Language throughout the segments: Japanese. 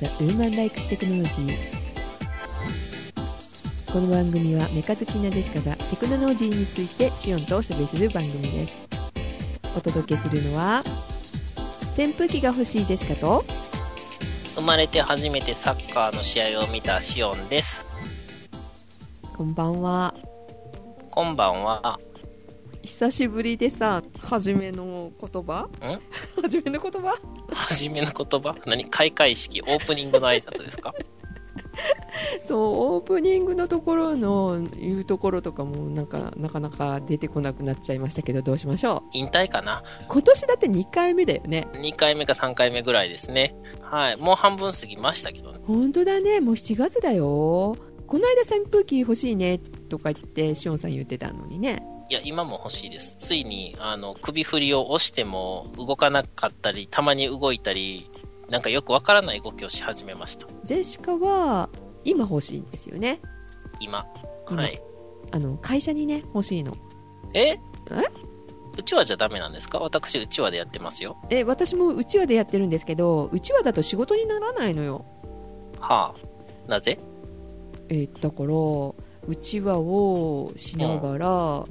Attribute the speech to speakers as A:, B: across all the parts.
A: The Woman Likes Technology この番組はメカ好きなジェシカがテクノロジーについてシオンとおしゃべりする番組ですお届けするのは扇風機が欲しいジェシカと
B: 生まれて初めてサッカーの試合を見たシオンです
A: こんばんは
B: 今晩は
A: 久しぶりでさ初めの言葉初めの言葉
B: 初めの言葉 何開会式オープニングの挨拶ですか
A: そうオープニングのところの言うところとかもなんかなかなか出てこなくなっちゃいましたけどどうしましょ
B: 引退かな
A: う今年だって2回目だよね
B: 2回目か3回目ぐらいですねはいもう半分過ぎましたけどね
A: 本当だねもう7月だよこの間扇風機欲しいねとか言ってしおんさん言ってたのにね
B: いや今も欲しいですついにあの首振りを押しても動かなかったりたまに動いたりなんかよくわからない動きをし始めました
A: ジェシカは今欲しいんですよね
B: 今
A: 今
B: はい
A: あの会社にね欲しいの
B: えうちわじゃダメなんですか私うちわでやってますよ
A: え私もうちわでやってるんですけどうちわだと仕事にならないのよ
B: はあなぜ
A: えーだからうちわをしながら
B: うん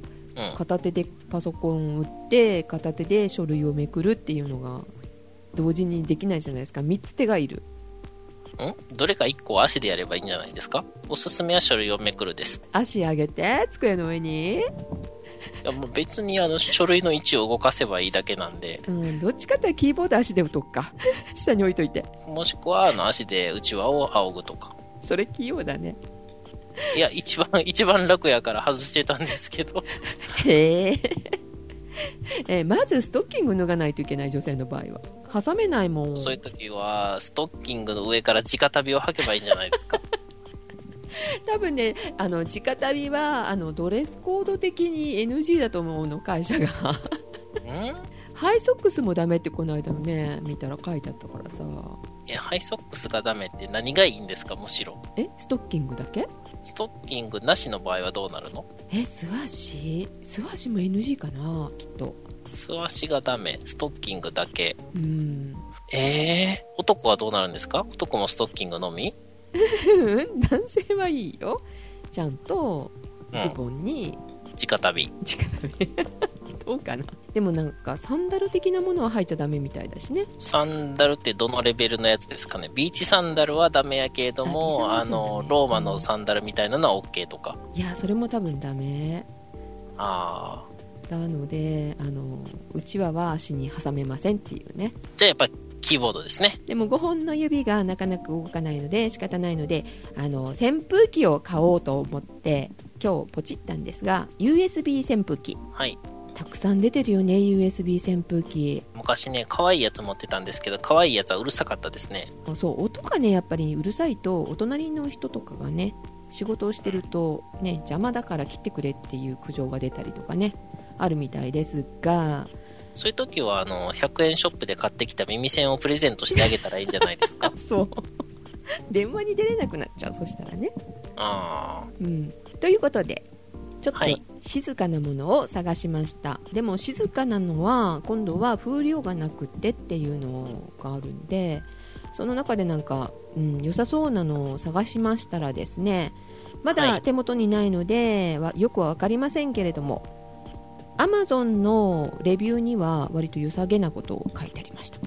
A: 片手でパソコンを打って片手で書類をめくるっていうのが同時にできないじゃないですか3つ手がいる
B: んどれか1個は足でやればいいんじゃないですかおすすめは書類をめくるです。
A: 足上げて机の上に、
B: いやもう別にあの書類の位置を動かせばいいだけなんで、
A: うん、どっちかってキーボード足で打とっか 下に置いといて
B: もしくはあの足でうちわを仰ぐとか。
A: それ器用だね
B: いや、一番、 一番楽やから外してたんですけど。
A: へえ えまずストッキング脱がないといけない女性の場合は挟めないもん
B: そういう時は、ストッキングの上から直旅を履けばいいんじゃないですか。
A: 多分ねあの直旅はあのドレスコード的に NG だと思うの会社が
B: ん
A: ハイソックスもダメってこの間のね見たら書いてあったからさ
B: いや、ハイソックスがダメって何がいいんですか、むしろ。
A: えストッキングだけ
B: ストッキングなしの場合はどうなるの
A: え素足素足も NG かなきっと
B: 素足がダメ、ストッキングだけ。
A: うん
B: えー、男はどうなるんですか男もストッキングのみ
A: うん男性はいいよちゃんと
B: うん
A: ズボンに
B: 直旅
A: 力を入れどうかなでもなんかサンダル的なものは履いちゃダメみたいだしね
B: サンダルってどのレベルのやつですかねビーチサンダルはダメやけれども
A: あビー
B: あ
A: チサンダルはダメ
B: のローマのサンダルみたいなのは OK とか
A: いやそれも多分ダメ
B: ああ
A: なのであのうちわは足に挟めませんっていうね
B: じゃあやっぱキーボードですね
A: でも5本の指がなかなか動かないので仕方ないのであの扇風機を買おうと思って今日ポチったんですが USB 扇風機
B: はい
A: たくさん出てるよね USB 扇風機
B: 昔ね可愛いやつ持ってたんですけど可愛いやつはうるさかったですね
A: あそう音がねやっぱりうるさいとお隣の人とかがね仕事をしてるとね邪魔だから切ってくれっていう苦情が出たりとかねあるみたいですが
B: そういう時はあの100円ショップで買ってきた耳栓をプレゼントしてあげたらいいんじゃない です か
A: そう電話に出れなくなっちゃうそしたらね
B: ああ
A: うん、ということでちょっと
B: はい
A: 静かなものを探しました、でも静かなのは今度は風量がなくてっていうのがあるんでその中でなんか、うん、良さそうなのを探しましたらですねま
B: は
A: だ
B: い
A: 手元にないので、わよくは分かりませんけれども Amazon のレビューには割と良さげなことを書いてありました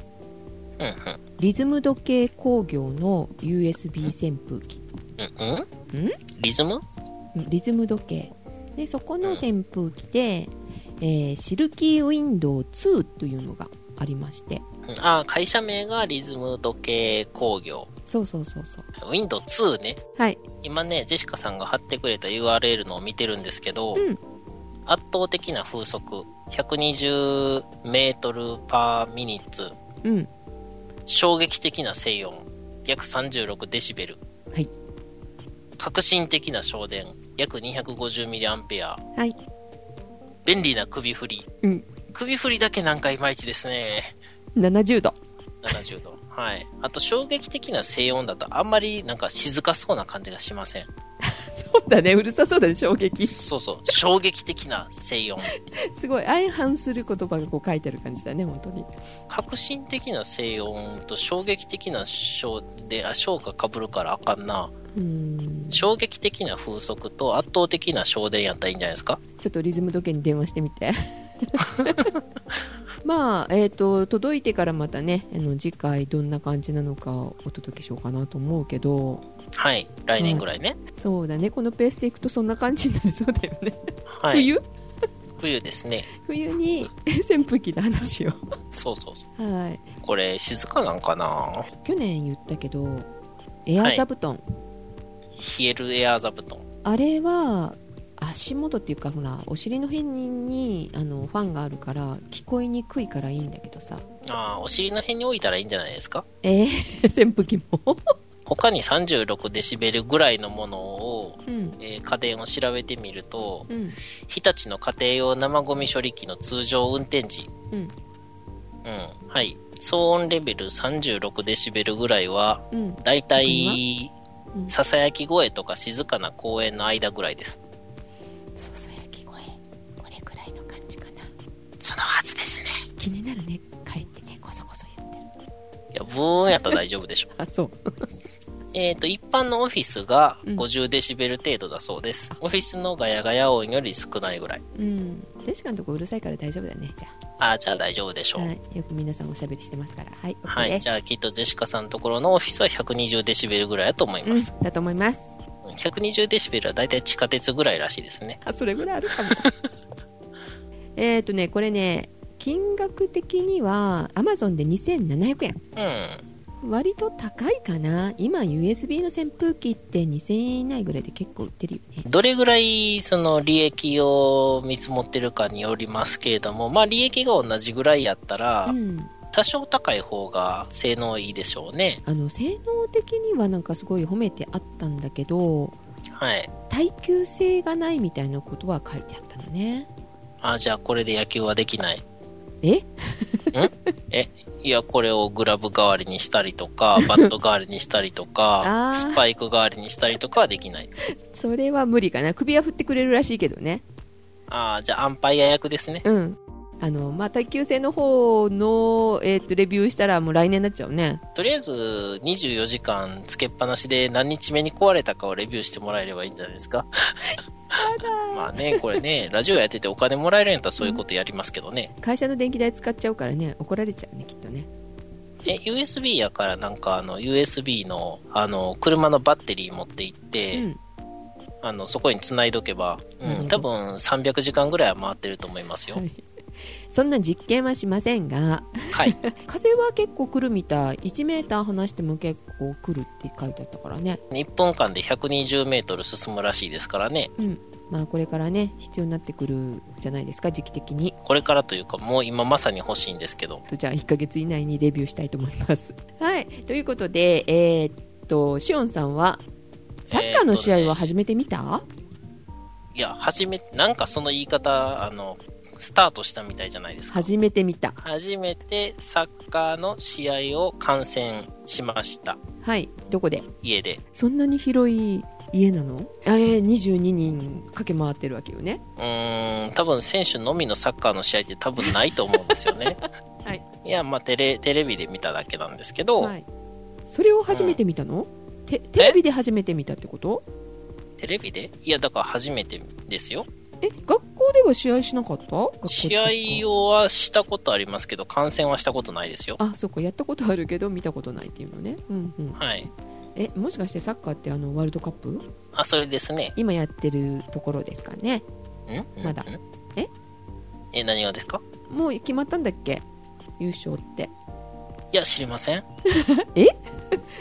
B: うんうん
A: リズム時計工業の USB 扇風機
B: うんうん
A: ん
B: リズム
A: リズム時計でそこの扇風機で、えーシルキーウィンドウ2というのがありまして
B: うんああ会社名がリズム時計工業
A: そうそうそうそう
B: Windows2 ね
A: はい
B: 今ねジェシカさんが貼ってくれた URL のを見てるんですけど、
A: うん
B: 圧倒的な風速120メートルパーミニッツ
A: うん
B: 衝撃的な静音約36デシベル
A: はい
B: 革新的な省電約250ミリアンペア
A: はい
B: 便利な首振り、
A: うん
B: 首振りだけなんかいまいちですね
A: 70度
B: 70度はいあと衝撃的な静音だとあんまりなんか静かそうな感じがしません
A: そだねうるさそうだね衝撃
B: そうそう衝撃的な静音
A: すごい相反する言葉がこう書いてある感じだね本当に
B: 革新的な静音と衝撃的な章であ章が被るからあかんな
A: うんちょ
B: 衝撃的な風速と圧倒的な省電やったらいいんじゃないですか
A: っとリズム時計に電話してみて まあえっ、と届いてからまたねあの次回どんな感じなのかをお届けしようかなと思うけど
B: はい来年ぐらいね、
A: そうだねこのペースでいくとそんな感じになりそうだよね、
B: はい、
A: 冬
B: 冬ですね
A: 冬 に扇風機の話を
B: そうそうそう
A: はい
B: これ静かなんかな
A: 去年言ったけどエアー座布団、
B: 冷えるエアー座布団
A: あれは足元っていうかほらお尻の辺にあのファンがあるから聞こえにくいからいいんだけどさ
B: ああお尻の辺に置いたらいいんじゃないですか
A: えー 扇風機も、
B: 他に36デシベルぐらいのものを、
A: うん
B: えー家電を調べてみると
A: うん、
B: 日立の家庭用生ゴミ処理機の通常運転時
A: うん
B: うんはい騒音レベル36デシベルぐらいは
A: うん
B: だいたい
A: うん
B: ささやき声とか静かな公園の間ぐらいです
A: ささやき声これくらいの感じかな
B: そのはずですね
A: 気になるね帰ってねこそこそ言ってる
B: いやブーンやったら大丈夫で しょ
A: あそう
B: えっと一般のオフィスが
A: うん
B: 50デシベル程度だそうです、オフィスのガヤガヤ音より少ないぐらい
A: うんジェシカのとこうるさいから大丈夫だねじゃ
B: ああじゃあ大丈夫でしょ
A: あ、
B: う、
A: はい、よく皆さんおしゃべりしてますからはい OK
B: はい、
A: です
B: じゃあきっとジェシカさんのところのオフィスは120デシベルぐらいだと思い
A: うん
B: ます、、
A: だと思います
B: 120デシベルはだいたい地下鉄ぐらいらしいですね
A: あそれぐらいあるかも えっとねこれね金額的にはアマゾンで2700円
B: うん
A: 割と高いかな今 USB の扇風機って2000円以内ぐらいで結構売ってるよね
B: どれぐらいその利益を見積もってるかによりますけれどもまあ利益が同じぐらいやったら、
A: うん
B: 多少高い方が性能いいでしょうね
A: あの性能的にはなんかすごい褒めてあったんだけど
B: はい
A: 耐久性がないみたいなことは書いてあったのね
B: あじゃあこれで野球はできない
A: え
B: いやこれをグラブ代わりにしたり とかバット代わりにしたりと
A: あ
B: か
A: ー
B: スパイク代わりにしたりとかはできない
A: それは無理かな首は振ってくれるらしいけどね
B: あじゃあアンパイア役ですね
A: うんあのまあ耐久性の方の、えーっとレビューしたらもう来年になっちゃうね
B: とりあえず24時間つけっぱなしで何日目に壊れたかをレビューしてもらえればいいんじゃないですかまあねこれねラジオやっててお金もらえるんやったらそういうことやりますけどね、
A: 会社の電気代使っちゃうからね怒られちゃうねきっとね
B: え USB やからなんかあの USB のあの車のバッテリー持って行って、
A: うん
B: あのそこに繋いどけば、う
A: なるほ
B: ん、
A: ど
B: 多分300時間ぐらいは回ってると思いますよ
A: は。いそんな実験はしませんが
B: はい。
A: 風は結構来るみたい1メーター離しても結構来るって書いてあったからね
B: 1分間で120メートル進むらしいですからね。
A: まあこれからね必要になってくるじゃないですか時期的に
B: これからというか、もう今まさに欲しいんですけど。
A: とじゃあ1ヶ月以内にレビューしたいと思います はいということでえーっとしおんさんはサッカーの試合は始めてみた、
B: いや、初め、なんかその言い方、あの、スタートしたみたいじゃないですか。
A: 始めてみた
B: 初めてサッカーの試合を観戦しました。
A: はいどこで
B: 家で。
A: そんなに広い家なのえー、22人駆け回ってるわけよね
B: うーん、多分選手のみのサッカーの試合って多分ないと思うんですよね。
A: はい。
B: いや、まあテレ、テレビで見ただけなんですけど、
A: はいそれを初めて見たの、てテレビで初めて見たってこと
B: テレビでいや、だから初めてですよ。
A: え学校では試合しなかった学校でサッカー
B: 試合をはしたことありますけど、観戦はしたことないですよ。
A: あそっかやったことあるけど見たことないっていうのねうんうん
B: はい。
A: えもしかしてサッカーってあのワールドカップ
B: あ、それですね。
A: 今やってるところですかね
B: ん
A: まだ
B: ん
A: え
B: え、何がですか
A: もう決まったんだっけ優勝って
B: いや、知りません。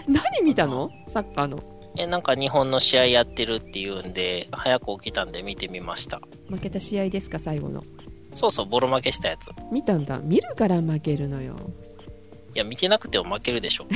A: 何見たのサッカーの
B: え、なんか日本の試合やってるっていうんで、早く起きたんで見てみました。
A: 負けた試合ですか最後の
B: そうそう、ボロ負けしたやつ。い
A: 見たんだ見るから負けるのよ
B: や、見てなくても負けるでしょ。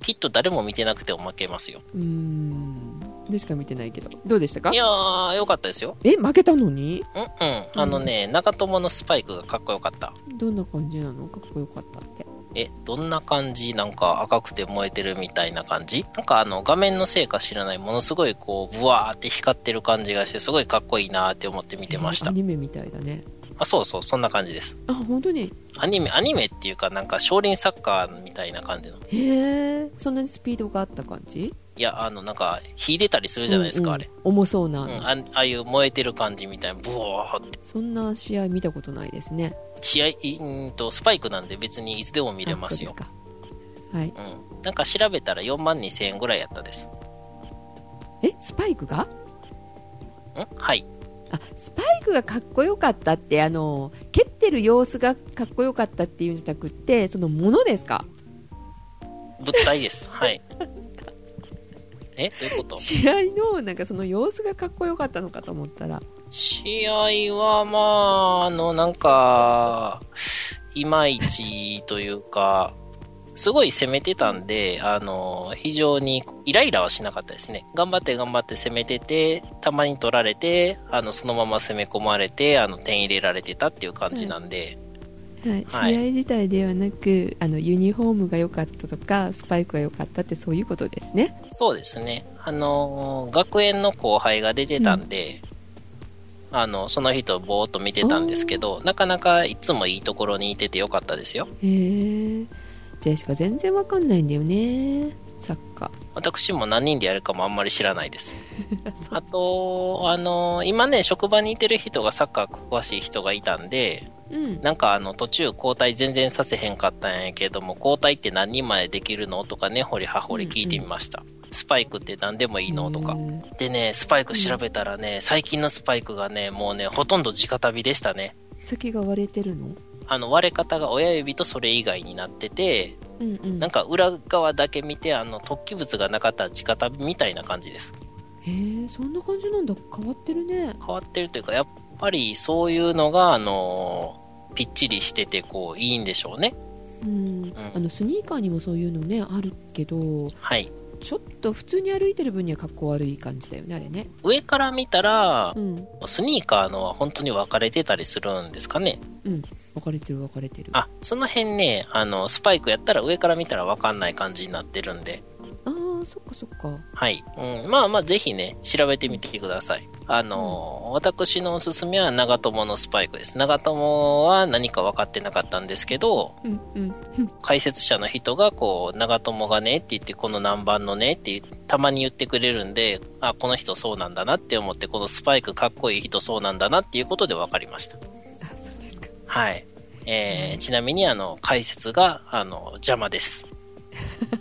B: きっと誰も見てなくても負けますよ。
A: うーんでしか見てないけどどうでしたか
B: いやー、よかったですよ。
A: え負けたのに
B: うんうん。あのね、長友のスパイクがかっこよかった。
A: どんな感じなのかっこよかったって
B: え、どんな感じなんか赤くて燃えてるみたいな感じなんかあの画面のせいか知らない、ものすごいこう、ブワーって光ってる感じがして、すごいかっこいいなーって思って見てまし
A: ア
B: た。
A: ニメみたいだね
B: あ、そうそう、そんな感じです。
A: あ本当に
B: アニメ、アニメっていうかなんか少林サッカーみたいな感じの。
A: へえそんなにスピードがあった感じ
B: いや、あのなんか火出たりするじゃないです
A: うん
B: か、あ
A: うん
B: れ。
A: 重そうな、
B: うん、あああいう燃えてる感じみたいな、ブワーって。
A: そんな試合見たことないですね
B: 試合、うーんと、スパイクなんで別にいつでも見れますよ。
A: あそうですかはい
B: うん。なんか調べたら4万2000円ぐらいやったです。
A: えスパイクが
B: んはい。
A: あスパイクがかっこよかったってあの蹴ってる様子がかっこよかったっていうんじゃなくてそのものですか
B: 物体です。はい。 えどういうこと
A: 試合のなんかその様子がかっこよかったのかと思ったら
B: 試合は、まあ、あの、なんか、いまいちというか、すごい攻めてたんで、あの、非常にイライラはしなかったですね。頑張って頑張って攻めてて、たまに取られて、あの、そのまま攻め込まれて、あの、点入れられてたっていう感じなんで、
A: はい、
B: はい
A: 試合自体ではなくあのユニフォームが良かったとかスパイクが良かったってそういうことですね
B: そうですね。あの、学園の後輩が出てたんで、あの、その人をぼーっと見てたんですけど、なかなかいつもいいところにいててよかったですよ。
A: へえジェシカ全然わかんないんだよねサッカ
B: 私も何人でやるかもあんまり知らない です。
A: ー
B: あと、あの、今ね、職場にいてる人がサッカー詳しい人がいたんで、
A: うん
B: なんかあの、途中交代全然させへんかったんやけども、交代って何人までできるのとかね、ほりはほり聞いてみました。スパイクって何でもいいのとか
A: へ。ー
B: でね、スパイク調べたらね、最近のスパイクがね、もうね、ほとんど直旅でしたね。
A: 先が割れてるの
B: あの、割れ方が親指とそれ以外になってて、
A: うんうん
B: なんか裏側だけ見て、あの、突起物がなかったら直旅みたいな感じです。
A: へえそんな感じなんだ変わってるね
B: 変わってるというか、やっぱりそういうのが、あのーぴっちりしてて、こう、いいんでしょうね。
A: うん、あのスニーカーにもそういうのねあるけど
B: はい。
A: ちょっと普通に歩いてる分には格好悪い感じだよねあれね
B: 上から見たら
A: う、ん
B: スニーカーのは本当に分かれてたりするんですかね。
A: 分かれてる分かれてるあ
B: あ、その辺ね、あの、スパイクやったら上から見たら分かんない感じになってるんで。
A: あーそっかそっか
B: はい。うん、まあまあ、ぜひね、調べてみてください。あのー、私のおすすめは長友のスパイクです。長友は何か分かってなかったんですけど、
A: うんうん
B: 解説者の人がこう長友がねって言ってこの南蛮のねってたまに言ってくれるんであこの人そうなんだなって思ってこのスパイクかっこいい人そうなんだなっていうことで分かりました
A: あそうですか
B: はい、えーちなみにあの解説があの邪魔です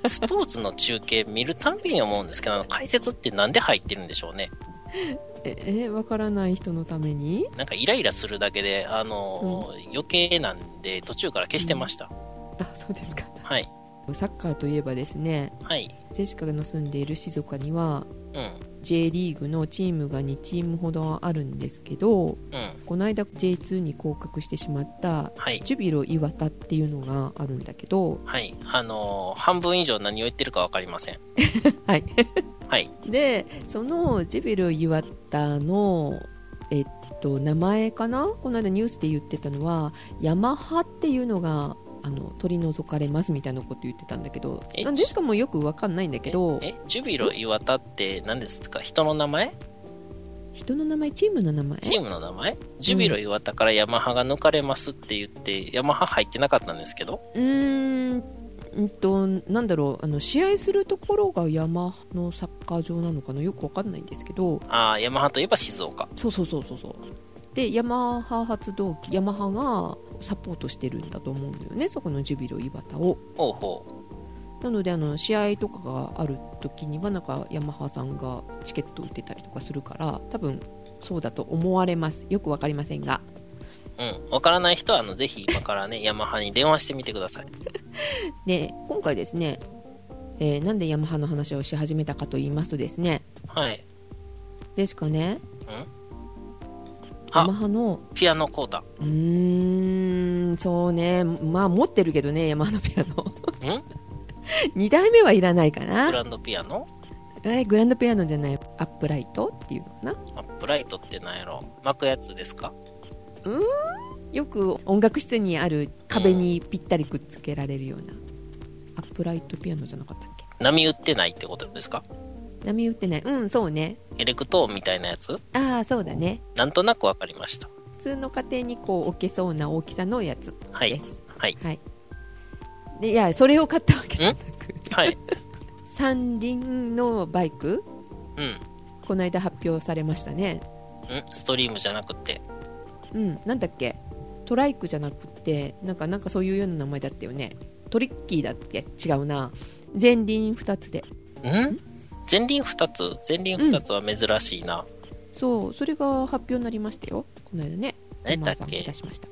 B: スポーツの中継見るたんびに思うんですけどあの解説ってなんで入ってるんでしょうね
A: ええ分からない人のために
B: なんかイライラするだけであの、余計なんで途中から消してました、
A: あそうですか
B: はい
A: サッカーといえばですね
B: はい
A: ジェシカの住んでいる静岡には
B: うん
A: J リーグのチームが2チームほどあるんですけど
B: うん
A: この間 J2 に降格してしまった
B: はい
A: ジュビロ磐田っていうのがあるんだけど
B: はい。あのー半分以上何を言ってるかわかりません。
A: はい
B: はい。
A: でそのジュビロ磐田の、えっと、名前かなこの間ニュースで言ってたのはヤマハっていうのがあの取り除かれますみたいなこと言ってたんだけど
B: え
A: なんでしかもよく分かんないんだけど
B: え、ジュビロ磐田って何ですか人の名前
A: 人の名前チームの名前
B: チームの名前ジュビロ磐田からヤマハが抜かれますって言って、ヤマハ入ってなかったんですけど。
A: うーんうんとなんだろうあの試合するところが山のサッカー場なのかなよく分かんないんですけど
B: ああ、ヤマハといえば静岡。
A: そうそうそうそうそうでヤマハ発動機ヤマハがサポートしてるんだと思うんだよねそこのジュビロ磐田を
B: ほうほ
A: なのであの試合とかがある時にはなんかヤマハさんがチケット売ってたりとかするから多分そうだと思われますよくわかりませんが
B: う。うん。わからない人は、あの、ぜひ今からね、 ヤマハに電話してみてください。
A: で今回ですね、えーなんでヤマハの話をし始めたかと言いますとですね
B: はい。
A: ですかね
B: あ
A: ヤマハの
B: ピアノコータ。
A: うーんそうねまあ持ってるけどねヤマハのピアノ
B: ん
A: 2台目はいらないか
B: グ
A: な
B: ランドピアノ
A: えグランドピアノじゃないアップライトっていうのかな
B: アップライトってなんやろ巻くやつですか
A: よく音楽室にある壁にぴったりくっつけられるような、アップライトピアノじゃなかったっけ
B: 波打ってないってことですか
A: 波打ってないうんそうね
B: エレクトーンみたいなやつ
A: ああそうだね
B: なんとなくわかりました。
A: 普通の家庭にこう置けそうな大きさのやつ
B: は
A: で
B: い。
A: す
B: はい。
A: はい、でいやそれを買ったわけじゃなく
B: はい。
A: 三輪のバイク
B: うん。
A: この間発表されましたね
B: んストリームじゃなくて。
A: うんなんだっけトライクじゃなくてなんかなんかそういうような名前だったよねトリッキーだっけ違うな前輪2つで
B: ん前輪2つ前輪2つは珍しいな。
A: そうそれが発表になりましたよこの間ね
B: 何だ
A: 山田
B: っ
A: さんが
B: け
A: 出しました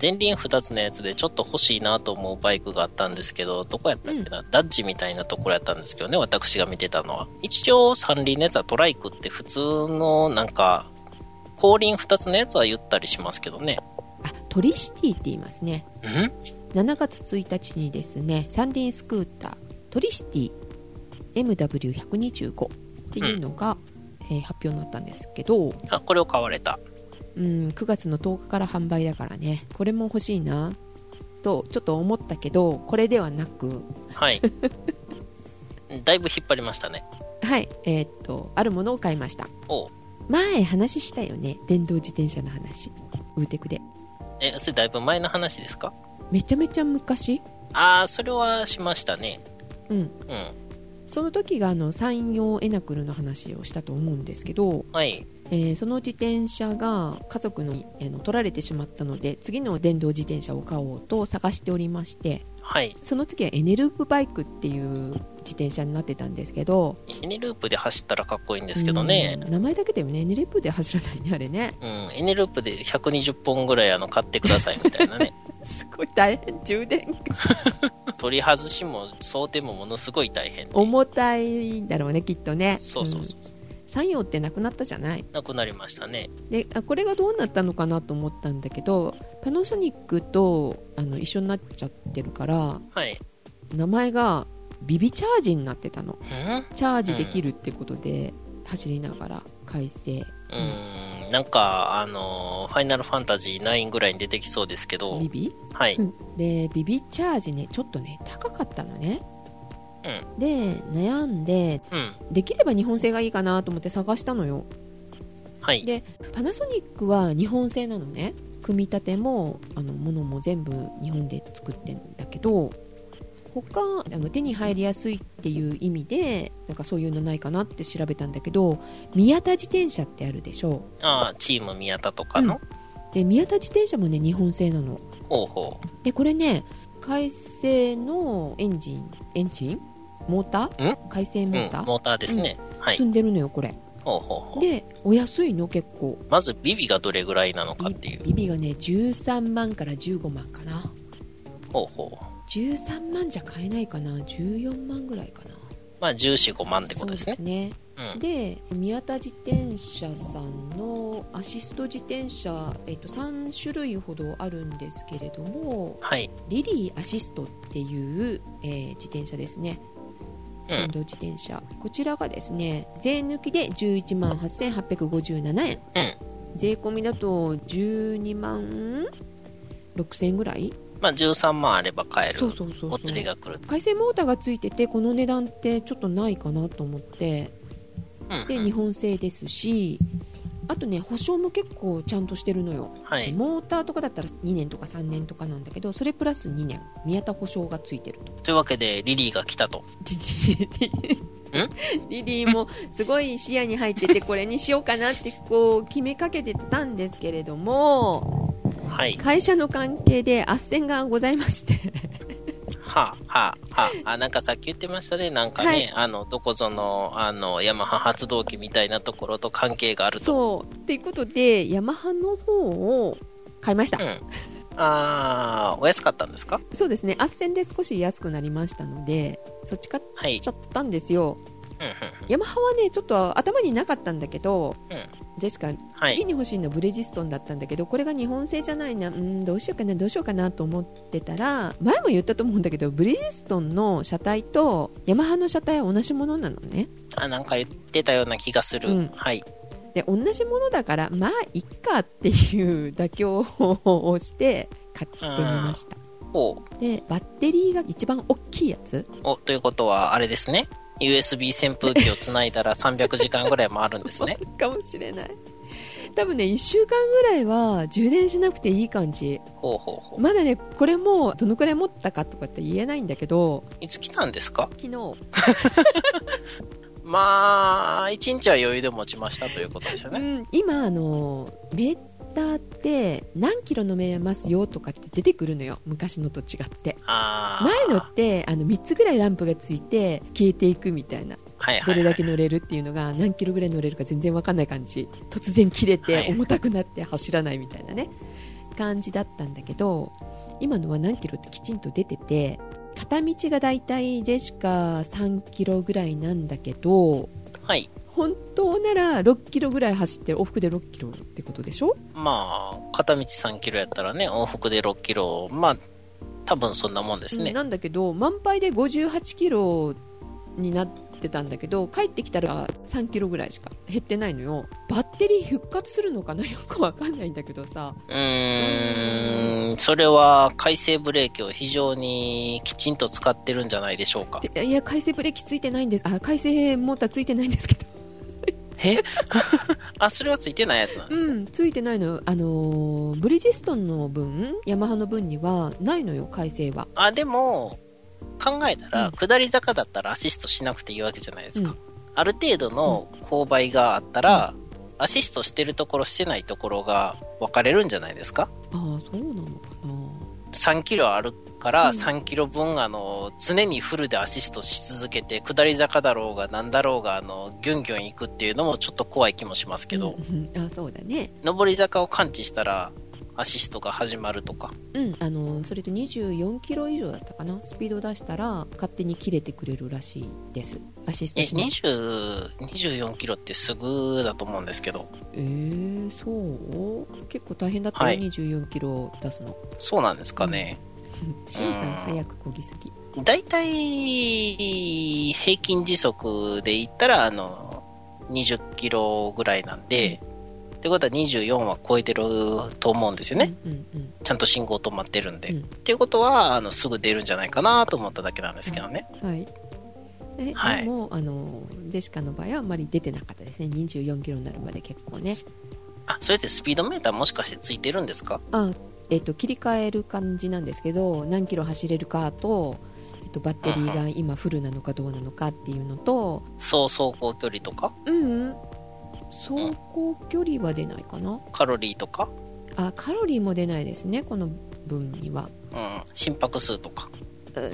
B: 前輪2つのやつでちょっと欲しいなと思うバイクがあったんですけど、どこやったっけな、ダッジみたいなところやったんですけどね、私が見てたのは。一応三輪のやつはトライクって普通のなんか、後輪2つのやつは言ったりしますけどね。
A: あトリシティって言いますね
B: ん
A: 7月1日にですね三輪スクータートリシティ MW125 っていうのが、えー発表になったんですけど、
B: あ、これを買われた。
A: うん、9月の10日から販売だからねこれも欲しいなとちょっと思ったけどこれではなく
B: はい。 だいぶ引っ張りましたね。
A: はいえーっとあるものを買いました
B: おう
A: 前話したよね電動自転車の話ウーテクで
B: え、それだいぶ前の話ですか
A: めちゃめちゃ昔
B: ああ、それはしましたね。
A: うん
B: うん。
A: その時があの山陽エナクルの話をしたと思うんですけど
B: はい。
A: えーその自転車が家族のあの取られてしまったので次の電動自転車を買おうと探しておりまして
B: はい。
A: その次はエネループバイクっていう自転車になってたんですけど
B: エネループで走ったらかっこいいんですけどね。
A: うん名前だけだよねエネループで走らないねあれね
B: うん、エネループで120本ぐらいあの買ってくださいみたいなね。
A: すごい大変充電
B: 取り外しも想定もものすごい大変で。
A: 重たいんだろうねきっとね
B: そうそうそう。
A: うん山陽ってなくなったじゃない
B: なくなりましたね。
A: であこれがどうなったのかなと思ったんだけどパナソニックとあの一緒になっちゃってるから
B: はい。
A: 名前がビビチャージになってたの
B: んう
A: チャージできるってことで、走りながら改正
B: ーん、なんか、あのーファイナルファンタジー9ぐらいに出てきそうですけど
A: ビ、ビ
B: はい。
A: でビビチャージねちょっとね高かったのね、
B: う
A: で悩んで
B: うん。
A: できれば日本製がいいかなと思って探したのよ
B: はい。
A: でパナソニックは日本製なのね組み立てもあのものも全部日本で作ってんだけど他あの手に入りやすいっていう意味でなんかそういうのないかなって調べたんだけど宮田自転車ってあるでしょ
B: ああ、チーム宮田とかの、
A: で宮田自転車もね日本製なの
B: ほうほ
A: でこれね回生のエンジンエンジンモーター回生
B: う。う
A: モ
B: ん
A: ーター、、
B: モーターですね。はい。
A: 積んでるのよこれ
B: ほうほうほう。
A: でお安いの結構
B: まずビビがどれぐらいなのかってい
A: ビ
B: う。
A: ビビがね13万から15万かな
B: ほうほう。
A: 13万じゃ買えないかな14万ぐらいかな
B: まあ、14、5万ってことですね。
A: そうですね
B: うん。
A: で宮田自転車さんのアシスト自転車、えっと、3種類ほどあるんですけれども
B: はい。
A: リリーアシストっていう、えー自転車ですね
B: うん
A: 電動自転車、こちらがですね税抜きで11万8857円、税込みだと12万6000円ぐらい
B: まあ、13万あれば買え
A: そう
B: る
A: そうそう
B: お
A: そ
B: 釣り
A: う
B: が来る。
A: 回線モーターがついててこの値段ってちょっとないかなと思って
B: うん、
A: で日本製ですしあとね保証も結構ちゃんとしてるのよ、
B: はい。
A: モーターとかだったら2年とか3年とかなんだけどそれプラス2年宮田保証がついてると
B: というわけで、リリーが来たと。
A: リリリリーもすごい視野に入っててこれにしようかなってこう決めかけてたんですけれども
B: はい。
A: 会社の関係で斡旋がございまして
B: はあ、はあ、はあ。あ、なんかさっき言ってましたね。なんかね、
A: はい
B: あの、どこぞの、あの、ヤマハ発動機みたいなところと関係があると。
A: そうっていうことでヤマハの方を買いました、
B: うん。あー、お安かったんですか
A: そうですね斡旋で少し安くなりましたのでそっち買っ
B: はい
A: ち。ゃったんですよ
B: うん、うん
A: ヤマハはねちょっと頭になかったんだけど、
B: うん
A: ジェシカ
B: うん。は
A: 次
B: い。
A: に欲しいのはブレジストンだったんだけどこれが日本製じゃないなうんどうしようかなどうしようかなと思ってたら前も言ったと思うんだけどブレジストンの車体とヤマハの車体は同じものなのね
B: あ、なんか言ってたような気がする。
A: うん
B: はい。
A: で同じものだからまあいっかっていう妥協をして買ってみました
B: ほ
A: でバッテリーが一番大きいやつ
B: う。お、ということは、あれですね。USB 扇風機をつないだら300時間ぐらい回るん ですね。
A: かもしれない多分ね1週間ぐらいは充電しなくていい感じ
B: ほうほうほう。
A: まだねこれもどのくらい持ったかとかって言えないんだけど
B: いつ来たんですか
A: 昨日
B: まあ、一日は余裕で持ちましたということですよ
A: う
B: ね。
A: ん、今あのメーターって何キロ飲めますよとかって出てくるのよ昔のと違って
B: あ
A: 前の
B: ー
A: ってあの3つぐらいランプがついて消えていくみたいな
B: はいはいはい
A: どれだけ乗れるっていうのが何キロぐらい乗れるか全然わかんない感じ突然切れ
B: は
A: て
B: い
A: 重たくなって走らないみたいなね感じだったんだけど今のは何キロってきちんと出てて片道がだいたいジェシカ3キロぐらいなんだけど
B: はい。
A: 本当なら6キロぐらい走って往復で6キロってことでしょ
B: まあ、片道3キロやったらね、往復で6キロ。まあ、多分そんなもんです
A: うん
B: ね。
A: なんだけど満杯で58キロになってたんだけど帰ってきたら3キロぐらいしか減ってないのよバッテリー復活するのかな よくわかんないんだけどさ
B: うーん、それは回生ブレーキを非常にきちんと使ってるんじゃないでしょうか。
A: でいや回生ブレーキついてないんですあ回生モーターついてないんですけど
B: えあ、それはついてないやつなんです
A: う
B: ね。
A: んついてないのよあのーブリヂストンの分ヤマハの分にはないのよ回生は
B: あ、でも、考えたら、
A: うん
B: 下り坂だったらアシストしなくていいわけじゃないです
A: う
B: か。
A: ん
B: ある程度の勾配があったら、アシストしてるところしてないところが分かれるんじゃないですか
A: ああそうなのかな
B: 3キロあるか
A: う
B: ら
A: ん
B: 3キロ分、あの常にフルでアシストし続けて下り坂だろうがなんだろうがあのギュンギュン行くっていうのもちょっと怖い気もしますけど、
A: うんうんあそうだね
B: 上り坂を感知したらアシストが始まるとか
A: うん、あのそれと24キロ以上だったかなスピード出したら勝手に切れてくれるらしいですアシス
B: え
A: トしない
B: 20 24キロってすぐだと思うんですけど
A: えー、そう結構大変だったよ、
B: はい
A: 24キロ出すの
B: そうなんですかね、
A: シンさん早くこぎすぎ
B: だいたい平均時速で言ったらあの20キロぐらいなんで、ってことは24は超えてると思うんですよね、
A: うんうん
B: ちゃんと信号止まってるんで。
A: うん
B: っていうことは、あの、すぐ出るんじゃないかなと思っただけなんですけどね。
A: うんはいえ、
B: はい
A: でもあのジェシカの場合はあんまり出てなかったですね24キロになるまで結構ね
B: あ、それってスピードメーターもしかしてついてるんですか
A: あ、えっと切り替える感じなんですけど何キロ走れるかと、えっと、バッテリーが今フルなのかどうなのかっていうのと、
B: そう走行距離とか、
A: うんうん走行距離は出ないかな
B: カロリーとか、
A: あカロリーも出ないですねこの分には
B: うん、心拍数とか。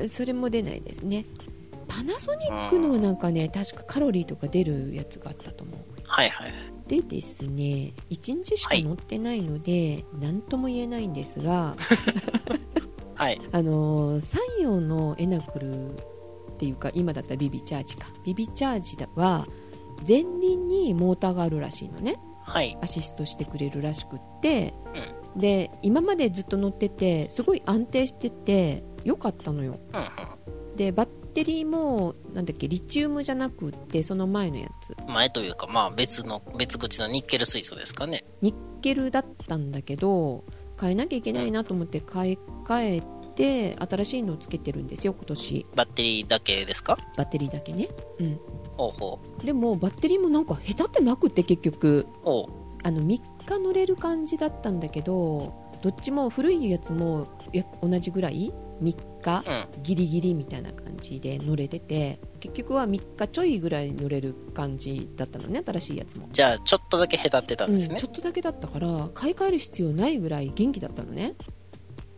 A: うそれも出ないですねパナソニックのなんかね確かカロリーとか出るやつがあったと思う
B: はいはい。
A: でですね1日しか
B: はい
A: 乗ってないので何とも言えないんですが
B: はい。
A: あのーサンヨーのエナクルっていうか今だったらビビチャージかビビチャージは前輪にモーターがあるらしいのね
B: はい。
A: アシストしてくれるらしくって、で今までずっと乗っててすごい安定してて良かったのよ
B: うん
A: でバッテリーもなんだっけリチウムじゃなくってその前のやつ
B: うん。前というか、まあ別の、別口のニッケル水素ですかね。
A: ニッケルだったんだけど変えなきゃいけないなと思って買い替えて新しいのをつけてるんですよ今年
B: バッテリーだけですか
A: バッテリーだけねうん
B: ほうほ
A: でもバッテリーもなんか下手ってなくって結局
B: う。ほう。
A: あの3日乗れる感じだったんだけどどっちも古いやつもや同じぐらい3日
B: うん。
A: ギリギリみたいな感じで乗れてて結局は3日ちょいぐらい乗れる感じだったのね新しいやつも、
B: じゃあ、ちょっとだけ下手ってたん
A: うん
B: ですね
A: ち。ょっとだけだったから買い替える必要ないぐらい元気だったのね、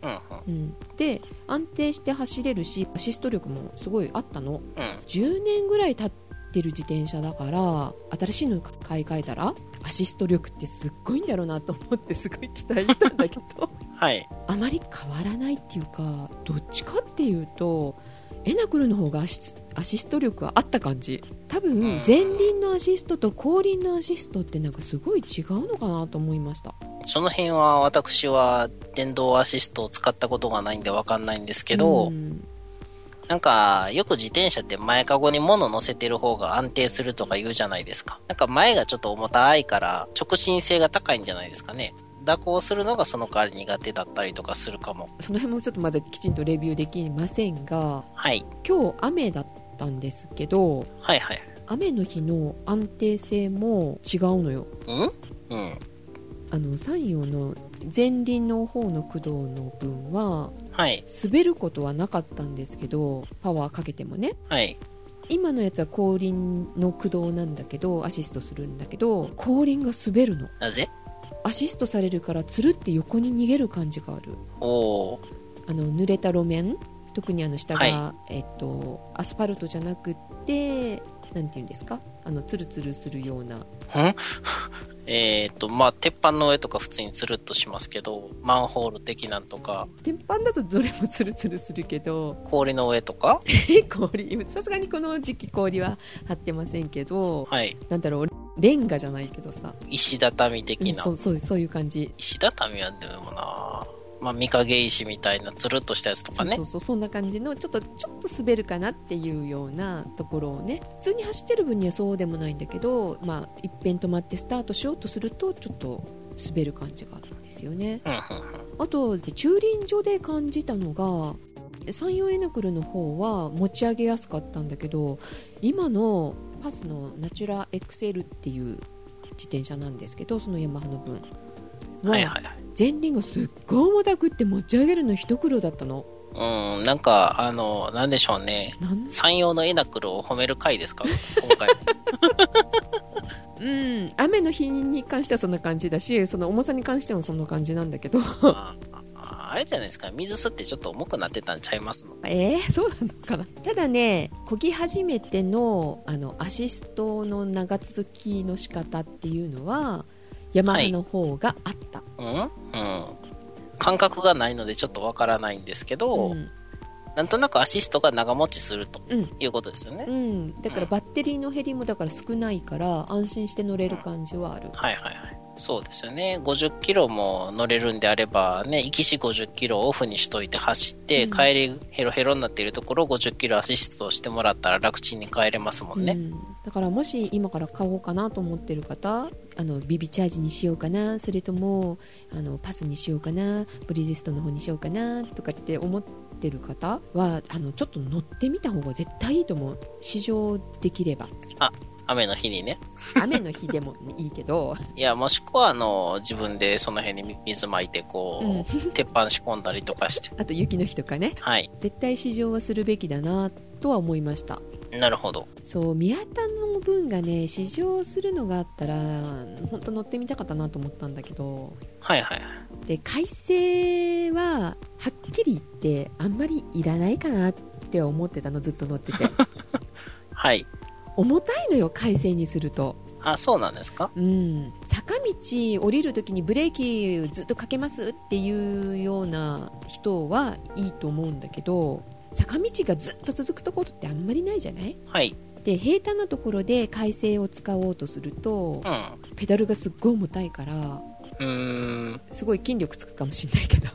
B: うん、うん、
A: うん、で安定して走れるしアシスト力もすごいあったの
B: うん。
A: 10年ぐらい経ってる自転車だから新しいの買い替えたらアシスト力ってすっごいんだろうなと思ってすごい期待したんだけど
B: はい。
A: あまり変わらないっていうかどっちかっていうとエナクルの方がアシスアシスト力はあった感じ多
B: うん
A: 分前輪のアシストと後輪のアシストってなんかすごい違うのかなと思いました
B: その辺は私は電動アシストを使ったことがないんでわかんないんですけど、
A: うん
B: なんか、よく自転車って前かごに物乗せてる方が安定するとか言うじゃないですか。なんか前がちょっと重たいから直進性が高いんじゃないですかね。蛇行するのがその代わり苦手だったりとかするかも。
A: その辺もちょっとまだきちんとレビューできませんが
B: はい。
A: 今日雨だったんですけど
B: はいはい。
A: 雨の日の安定性も違うのよ
B: うんうん。
A: あの山陽の前輪の方の駆動の分は
B: はい。
A: 滑ることはなかったんですけどパワーかけてもね
B: はい。
A: 今のやつは後輪の駆動なんだけどアシストするんだけど後輪が滑るの
B: なぜ
A: アシストされるからつるって横に逃げる感じがある
B: おー。
A: あの濡れた路面特にあの下が、
B: は
A: えっと、アスファルトじゃなくってなんていうんですかあのツルツルするような
B: えっ、ー、と、まあ、鉄板の上とか普通につるっとしますけど、マンホール的なんとか、
A: 鉄板だとどれもツルツルするけど
B: 氷の上とか
A: 氷さすがにこの時期氷は張ってませんけど
B: はい。
A: なんだろうレンガじゃないけどさ、
B: 石畳
A: うん、
B: 的な。
A: そうそうそういう感じ、
B: 石畳はでもなまあ、御影石みたいなつるっとしたやつとか
A: そう
B: ね
A: そうそうそんな感じのちょっとちょっと滑るかなっていうようなところをね普通に走ってる分にはそうでもないんだけど、まあ、一遍止まってスタートしようとするとちょっと滑る感じがあるんですよね
B: うんうん
A: あと駐輪場で感じたのが山陽エナクルの方は持ち上げやすかったんだけど今のパスのナチュラ XL っていう自転車なんですけどそのヤマハの分
B: うんはいはい
A: 前輪がすっごい重たくって持ち上げるの一苦労だったの
B: はいうんなんかあのなんでしょうね
A: なん
B: 山陽のエナクルを褒める回ですか 今回
A: うん雨の日に関してはそんな感じだしその重さに関してもそんな感じなんだけど
B: あああれじゃないですか水吸ってちょっと重くなってたんちゃいますの
A: えー、そうなのかなただね漕ぎ始めてのあのアシストの長続きの仕方っていうのはヤマハの方があった、
B: うんうん感覚がないのでちょっとわからないんですけど、
A: うん
B: なんとなくアシストが長持ちすると
A: うん
B: いうことですよね、
A: うん、だからバッテリーの減りもだから少ないから安心して乗れる感じはある、
B: はいはいはい。そうですよね。50キロも乗れるんであれば、ね、行きし50キロオフにしといて走って、
A: うん
B: 帰りヘロヘロになっているところを50キロアシストしてもらったら楽ちんに帰れますもん
A: う
B: ね。
A: んだからもし今から買おうかなと思ってる方あのビビチャージにしようかなそれともあのパスにしようかなブリヂストンの方にしようかなとかって思ってる方はあのちょっと乗ってみた方が絶対いいと思う試乗できれば
B: 雨の日にね。
A: 雨の日でもいいけど、
B: いや、もしくは、あの、自分でその辺に水まいて、こう、鉄板仕込んだりとかして。
A: あと雪の日とかね
B: はい。
A: 絶対試乗はするべきだなとは思いました
B: なるほど。
A: そう宮田の分がね試乗するのがあったら本当乗ってみたかったなと思ったんだけど
B: はいはい。
A: で改正ははっきり言ってあんまりいらないかなって思ってたのずっと乗ってて
B: はい。
A: 重たいのよ改正にすると
B: あ、そうなんですか
A: うん坂道降りるときにブレーキずっとかけますっていうような人はいいと思うんだけど坂道がずっと続くところってあんまりないじゃない
B: はい。
A: で平坦なところで改正を使おうとすると
B: うん。
A: ペダルがすっごい重たいから
B: うーん。
A: すごい筋力つくかもしれないけど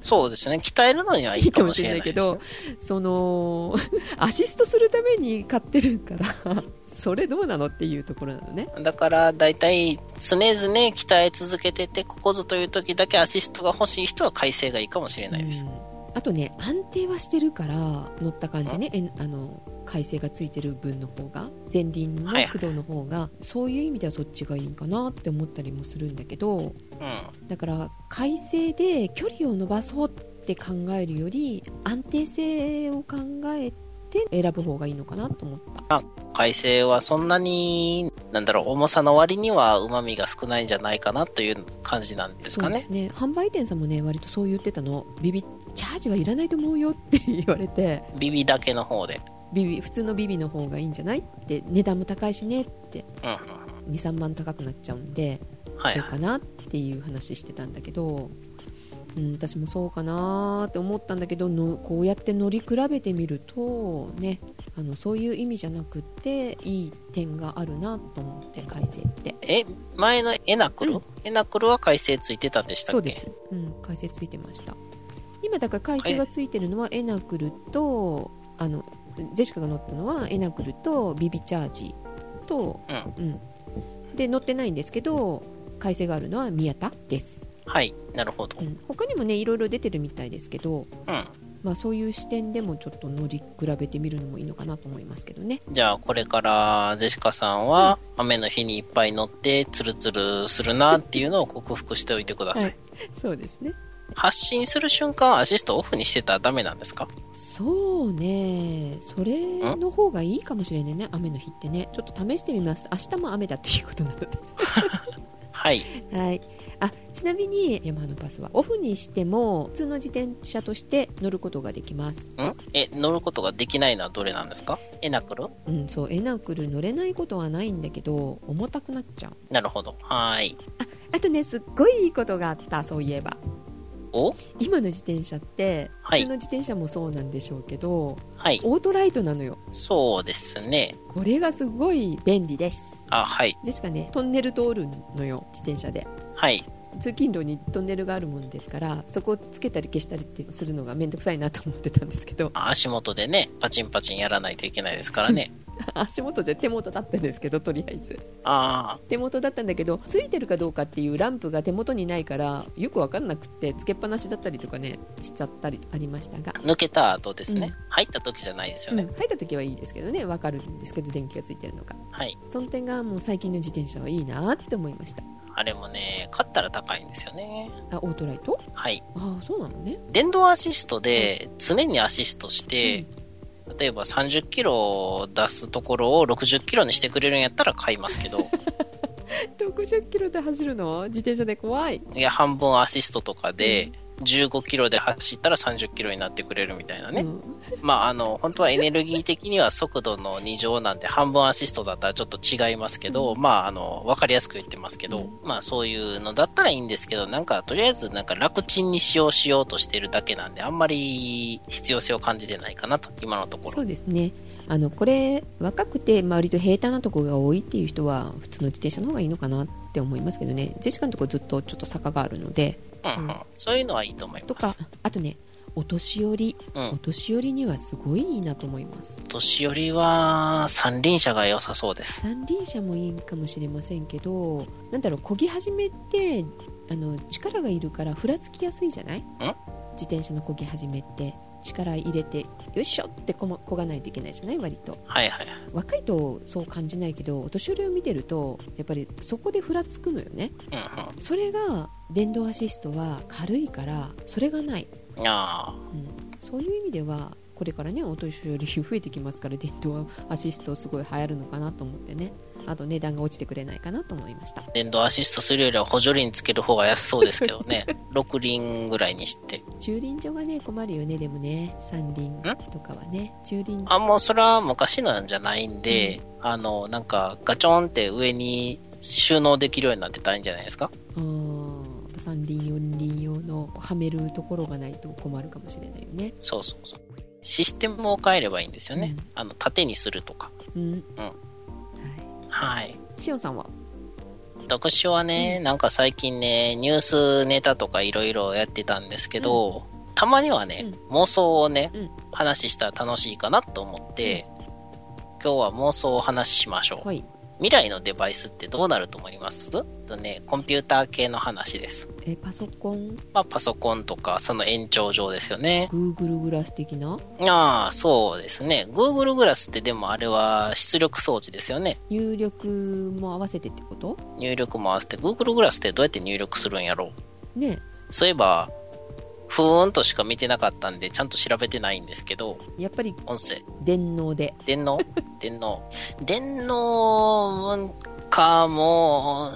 B: そうですね。鍛えるのにはい
A: い
B: い
A: いか
B: か
A: も
B: も
A: し
B: し
A: れ
B: れ
A: な
B: ない
A: け
B: いですね、
A: ど、その アシストするために買ってるから それどうなのっていうところなのね
B: だから、だいたい常々鍛え続けてて、ここぞという時だけアシストが欲しい人は改正がいいかもしれないです。
A: うんあとね安定はしてるから乗った感じねえんあの改正がついてる分の方が前輪の
B: はいはい
A: 駆動の方が、そういう意味ではそっちがいいんかなって思ったりもするんだけど
B: うん。
A: だから改正で距離を伸ばそうって考えるより安定性を考えて選ぶ方がいいのかなと思った。
B: 改正はそんなに、なんだろう、重さの割には旨味が少ないんじゃないかなという感じなんですかね。
A: そうですね販売店さんもね割とそう言ってたのビビチャージはいらないと思うよって 言われて
B: ビビだけの方で。
A: ビビ普通のビビの方がいいんじゃないって値段も高いしねって
B: うんうん。
A: 23万高くなっちゃうんで
B: はい
A: どう。かなっていう話してたんだけど、うん、私もそうかなーって思ったんだけどのこうやって乗り比べてみるとねあのそういう意味じゃなくていい点があるなと思って改正って
B: え、前のエナクル、
A: うん
B: エナクルは改正ついてたんでしたっけ
A: そうです、うん、改正ついてました今だから改正がついてるのはエナクルとあのジェシカが乗ったのはエナグルとビビチャージと、うんで乗ってないんですけど改正があるのは宮田です、
B: はい、なるほど
A: う。ん、他にもねいろいろ出てるみたいですけど、
B: うん。
A: まあ、そういう視点でもちょっと乗り比べてみるのもいいのかなと思いますけどね
B: じゃあ、これから、ジェシカさんは、雨の日にいっぱい乗って、ツルツルするなっていうのを克服しておいてください。
A: はいそうですね
B: 発信する瞬間、アシストオフにしてたらダメなんですか
A: そうねそれの方がいいかもしれないね雨の日ってねちょっと試してみます明日も雨だということなので
B: はい。
A: はい、あちなみに山のバスはオフにしても普通の自転車として乗ることができます、
B: んえ、乗ることができないのはどれなんですかエナクル
A: うん、そうエナクル乗れないことはないんだけど重たくなっちゃう
B: なるほど。はーい。
A: あとねすっごいいいことがあったそういえば
B: お
A: 今の自転車って
B: は
A: 普
B: い
A: 通の自転車もそうなんでしょうけど、
B: はい。
A: オートライトなのよ
B: そうですね。
A: これがすごい便利です
B: あ、はい。
A: ですかねトンネル通るのよ自転車で
B: はい。
A: 通勤路にトンネルがあるもんですからそこをつけたり消したりってするのが面倒くさいなと思ってたんですけど
B: あ足元でね、パチンパチンやらないといけないですからね。
A: 足元じゃ手元だったんですけどとりあえず
B: あ
A: 手元だったんだけどついてるかどうかっていうランプが手元にないからよく分かんなくってつけっぱなしだったりとかねしちゃったりありましたが
B: あ、、抜けた後です
A: う
B: ね。
A: ん
B: 入った時じゃないですよ
A: うん
B: ね。
A: 入った時はいいですけどね分かるんですけど電気がついてるのか
B: はい。
A: その点がもう最近の自転車はいいなって思いました
B: あれもね、買ったら高いんですよね。
A: あオートライト
B: はい。
A: ああそうなのね
B: 電動アシストで常にアシストして、例えば30キロ出すところを60キロにしてくれるんやったら買いますけど、
A: 60キロで走るの自転車で怖い
B: いや、半分アシストとかで、15キロで走ったら30キロになってくれるみたいな
A: う
B: ね。
A: ん
B: まあ、あの、本当はエネルギー的には速度の2乗なんで、半分アシストだったらちょっと違いますけど、まあ、あの、わかりやすく言ってますけど、まあ、そういうのだったらいいんですけど、なんか、とりあえず、なんか楽ちんに使用しようとしてるだけなんで、あんまり必要性を感じてないかなと、今のところ
A: そ。うですねあのこれ若くてまあ割と平坦なとこが多いっていう人は普通の自転車の方がいいのかなって思いますけどねジェシカのとこずっとちょっと坂があるので
B: うんうん、そういうのはいいと思いま
A: と
B: す。
A: かあとねお年寄り、
B: うん
A: お年寄りにはすごいいいなと思います
B: 年寄りは三輪車が良さそうです。
A: 三輪車もいいかもしれませんけどなんだろう漕ぎ始めってあの力がいるからふらつきやすいじゃない自転車の漕ぎ始めって力入れてよいしょってこも漕がないといけないじゃない割と
B: はいはい。
A: 若いとそう感じないけどお年寄りを見てるとやっぱりそこでふらつくのよね
B: うんうん。
A: それが電動アシストは軽いからそれがない
B: あ
A: そういう意味ではこれからねお年寄り増えてきますから電動アシストすごい流行るのかなと思ってねあと値段が落ちてくれないかなと思いました
B: あ、電動アシストするよりは補助輪つける方が安 そうですけどね。6輪ぐらいにして。
A: 駐輪場がね困るよねでもね三輪とかはね駐輪
B: あ、もうそれは昔のじゃないんで、あの、なんかガチョンって上に収納できるようになってたらいいんじゃないですか
A: あー三輪四輪用のはめるところがないと困るかもしれないよね
B: そうそうそう。システムを変えればいいんですよね。
A: うん
B: あの、縦にするとか。
A: うん、
B: は
A: は
B: はい。
A: いしおんさんは
B: 私はね、なんか最近ね、ニュースネタとかいろいろやってたんですけど、たまにはね、妄想をね、
A: うん
B: 話したら楽しいかなと思って、今日は妄想を話しましょう。
A: はい
B: 未来のデバイスってどうなると思いますとね、コンピューター系の話です。
A: えパソコン
B: まあ、パソコンとか、その延長上ですよね。
A: Google グラス的な
B: ああ、そうですね。Google グラスってでもあれは出力装置ですよね。
A: 入力も合わせてってこと
B: 入力も合わせて、Google グラスってどうやって入力するんやろう
A: ね
B: そういえば、ふーんとしか見てなかったんで、ちゃんと調べてないんですけど、
A: やっぱり
B: 音声。
A: 電脳で
B: 電脳電脳。電脳かも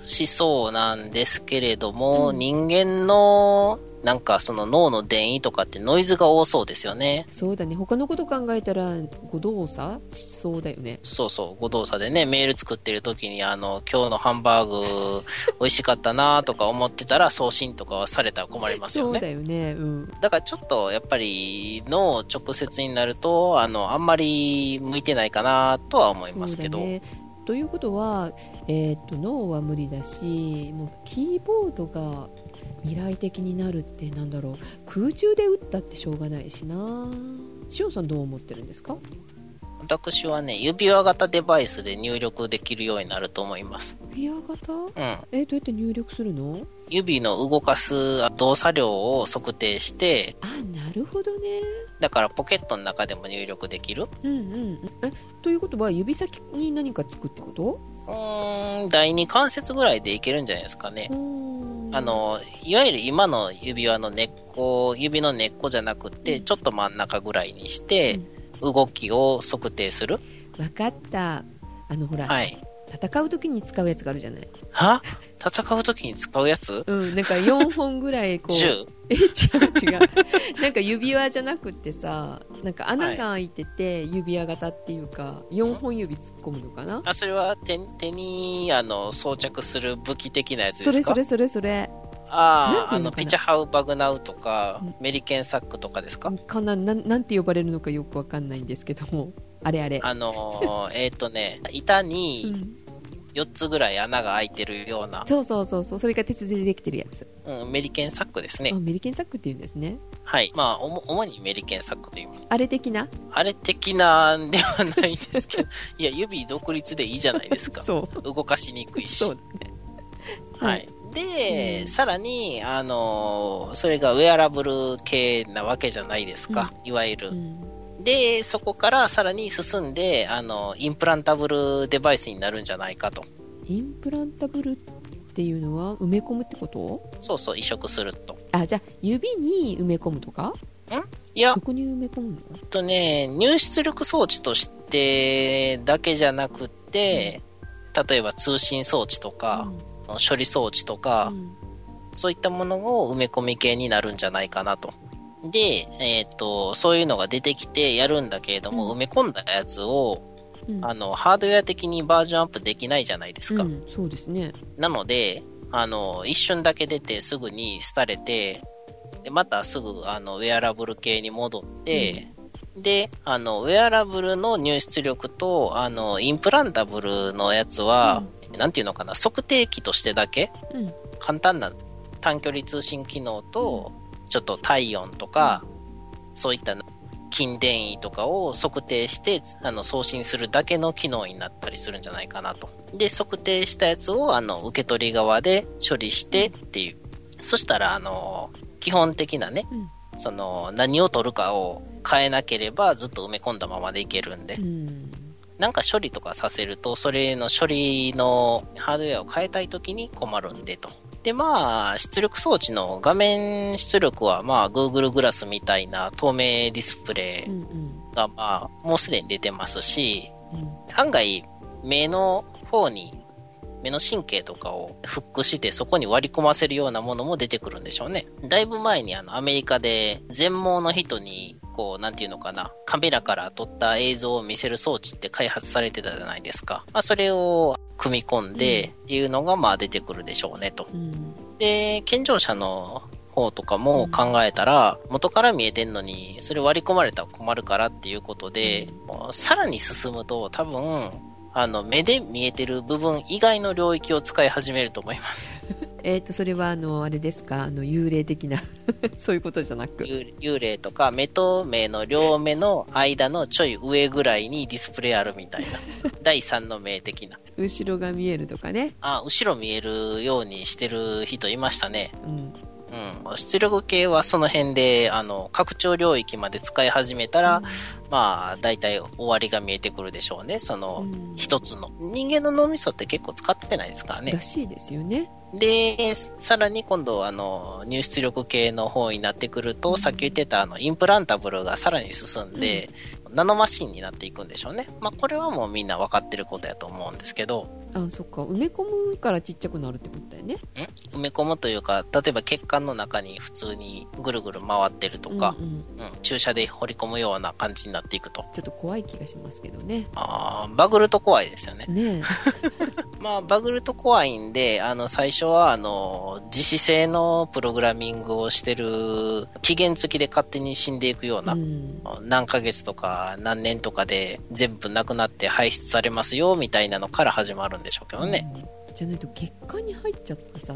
B: しそうなんですけれども、
A: うん
B: 人間の、なんかその脳の電位とかってノイズが多そうですよね。
A: そうだね他のこと考えたら誤動作しそうだよね
B: そうそう、ご動作でね、メール作ってる時に、あの、今日のハンバーグ、美味しかったなとか思ってたら送信とかはされたら困ります
A: そ
B: よ
A: う
B: ね。
A: だよねうん
B: だからちょっとやっぱり脳直接になるとあのあんまり向いてないかなとは思いますけど、
A: そうだねということは、えーっと脳は無理だしもうキーボードが未来的になるってなんだろう空中で打ったってしょうがないしなしおんさんどう思ってるんですか
B: 私はね、指輪型デバイスで入力できるようになると思います。
A: ピア型
B: うん。
A: えどうやって入力するの
B: 指の動かす動作量を測定して、
A: あなるほどね
B: だからポケットの中でも入力できる
A: うんうんえということは指先に何かつくってこと
B: うーん、第二関節ぐらいでいけるんじゃないですかね。あ
A: あ
B: の、いわゆる今の指輪の根っこ、指の根っこじゃなくて、ちょっと真ん中ぐらいにして、動きを測定する。
A: 分かったあのほら、
B: はい。
A: 戦う時に使うやつがあるじゃない
B: は戦う時に使うやつ
A: うんなんか4本ぐらい こう
B: 銃
A: え違う違うなんか指輪じゃなくってさなんか穴が開いてて指輪型っていうか4本指突っ込むのかな
B: あ、それは手手に、あの、装着する武器的なやつ
A: そ
B: で
A: れ
B: すか
A: それそれそれなん
B: あ
A: て
B: あ、
A: い
B: あ
A: う
B: の、
A: のかな
B: ピチャハウバグナウとか
A: うん、
B: メリケンサックとかですか
A: かななんなんて呼ばれるのかよくわかんないんですけどもあれあれ
B: あのー、 えっとね、板
A: う
B: に
A: ん、
B: 4つぐらい穴が開いてるような、
A: そうそうそうそうそれが鉄でできてるやつ、
B: うん、メリケンサックですね
A: あ。メリケンサックっていうんですね
B: はい。まあ、おも主にメリケンサックと言います。
A: あれ的な。
B: あれ的なんではないですけど、 いや、指独立でいいじゃないです か
A: そ
B: 動かしにくいうし。
A: そう
B: は
A: はい
B: い。で、
A: うん
B: さらに、あのーそれがウェアラブル系なわけじゃないですか。いわゆ
A: う
B: る。
A: ん
B: で、そこからさらに進んで、あの、インプランタブルデバイスになるんじゃないかと。
A: インプランタブルっていうのは埋め込むってこと
B: そうそう、移植すると。
A: あじゃあ指に埋め込むとか
B: いや
A: ど、こに埋め込むの
B: えっとね、入出力装置としてだけじゃなくて、例えば通信装置とか、処理装置とか
A: う、ん
B: そういったものを埋め込み系になるんじゃないかなと。で、えっ、と、そういうのが出てきてやるんだけれども、
A: うん
B: 埋め込んだやつを、
A: うん
B: あの、ハードウェア的にバージョンアップできないじゃないですか。
A: うん、そうですね
B: なので、あの、一瞬だけ出てすぐに廃れて、で、またすぐ、あの、ウェアラブル系に戻って、で、あの、ウェアラブルの入出力と、あの、インプランタブルのやつは、なんていうのかな、測定器としてだけ、
A: うん
B: 簡単な短距離通信機能と、ちょっと体温とか、そういった筋電位とかを測定してあの送信するだけの機能になったりするんじゃないかなと。で、測定したやつをあの受け取り側で処理してっていう。そしたら、あの、基本的なね、
A: うん
B: その何を取るかを変えなければずっと埋め込んだままでいけるんで、
A: うん
B: なんか処理とかさせると、それの処理のハードウェアを変えたいときに困るんでと。で、まあ、出力装置の画面出力は、まあ、Google グラスみたいな透明ディスプレ
A: う
B: イ
A: んうん
B: が、まあ、もうすでに出てますし、
A: うん
B: 案外、目の方に、目の神経とかをフックして、そこに割り込ませるようなものも出てくるんでしょうね。だいぶ前に、あの、アメリカで、全盲の人に、こう、なんていうのかな、カメラから撮った映像を見せる装置って開発されてたじゃないですか。まあ、それを組み込んで、っていうのが、まあ、出てくるでしょうね、と。
A: うん
B: で、健常者の方とかも考えたら、元から見えてんのに、それ割り込まれたら困るからっていうことで、もうさらに進むと多分、あの、目で見えてる部分以外の領域を使い始めると思います。
A: えっ、とそれはあのあれですかあの幽霊的な そういうことじゃなく
B: 幽幽霊とか、目と目の両目の間のちょい上ぐらいにディスプレイあるみたいな。第三の目的な。
A: 後ろが見えるとかね、
B: あ、後ろ見えるようにしてる人いましたね。
A: うん、
B: うん、出力系はその辺であの拡張領域まで使い始めたら、まあ大体終わりが見えてくるでしょうねそ
A: う
B: の
A: ん
B: 一つの人間の脳みそって結構使ってないですから
A: ら
B: ね
A: しいですよね
B: でさらに今度あの入出力系の方になってくると、さっき言ってたあのインプランタブルがさらに進んで、ナノマシンになっていくんでしょうねまあこれはもうみんな分かってることやと思うんですけど
A: あそっか埋め込むからちっちゃくなるってことだよね
B: ん埋め込むというか例えば血管の中に普通にぐるぐる回ってるとか、
A: うんうん
B: うん、注射で掘り込むような感じになっていくと。
A: ちょっと怖い気がしますけどね
B: あーバグると怖いですよね。
A: ね
B: まあ、バグると怖いんで、あの、最初は、あの、自死性のプログラミングをしてる、期限付きで勝手に死んでいくよう
A: え、う
B: な、
A: ん、
B: 何ヶ月とか何年とかで全部なくなって排出されますよ、みたいなのから始まるんでしょうけどね。
A: うんじゃないと血管に入っちゃってさ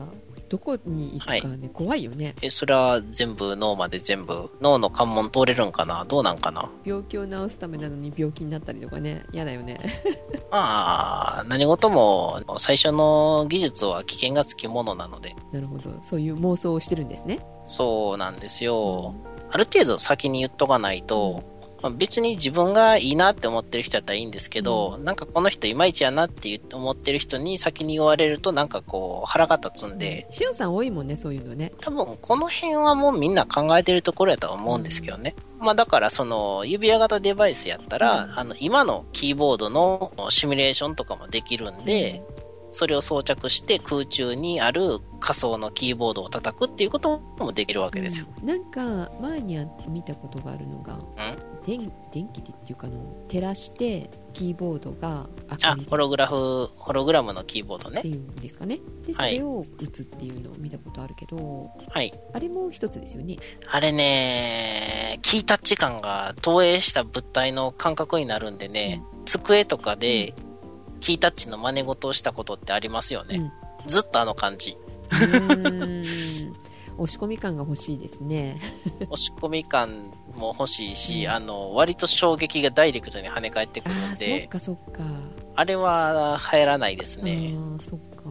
A: どこに行くかね、怖いよね
B: え、それは全部脳まで全部、脳の関門通れるんかなどうなんかな
A: 病気を治すためなのに病気になったりとかね嫌だよね
B: まあ、何事も最初の技術は危険がつきものなので、
A: なるほどそういう妄想をしてるんですね
B: そうなんですよ。ある程度先に言っとかないと、まあ別に自分がいいなって思ってる人だったらいいんですけど、なんかこの人いまいちやなって思ってる人に先に言われるとなんかこう腹が立つんで、
A: しおんさん多いもんねそういうのね
B: 多分この辺はもうみんな考えてるところやとは思うんですけどね。まあだからその指輪型デバイスやったら、
A: う
B: あの今のキーボードのシミュレーションとかもできるんで、それを装着して空中にある仮想のキーボードを叩くっていうこともできるわけですよ。
A: うんなんか前にあ見たことがあるのが電電気でっていうかあの照らしてキーボードが明
B: あ
A: かり、
B: ホログラフ、ホログラムのキーボード
A: って
B: ね。
A: いうんですかねでそ
B: はい
A: れを打つっていうのを見たことあるけど、
B: はい。
A: あれも一つですよね
B: あれね、キータッチ感が投影した物体の感覚になるんでね、机とかでキータッチの真似事をしたことってありますよね。ずっとあの感じ。
A: うーん押し込み感が欲しいですね
B: 押し込み感も欲しいし、
A: うん
B: あの、割と衝撃がダイレクトに跳ね返ってく
A: あ
B: るん
A: あそっ
B: で、
A: かそっか、
B: あれは流行らないですね。
A: ああそっか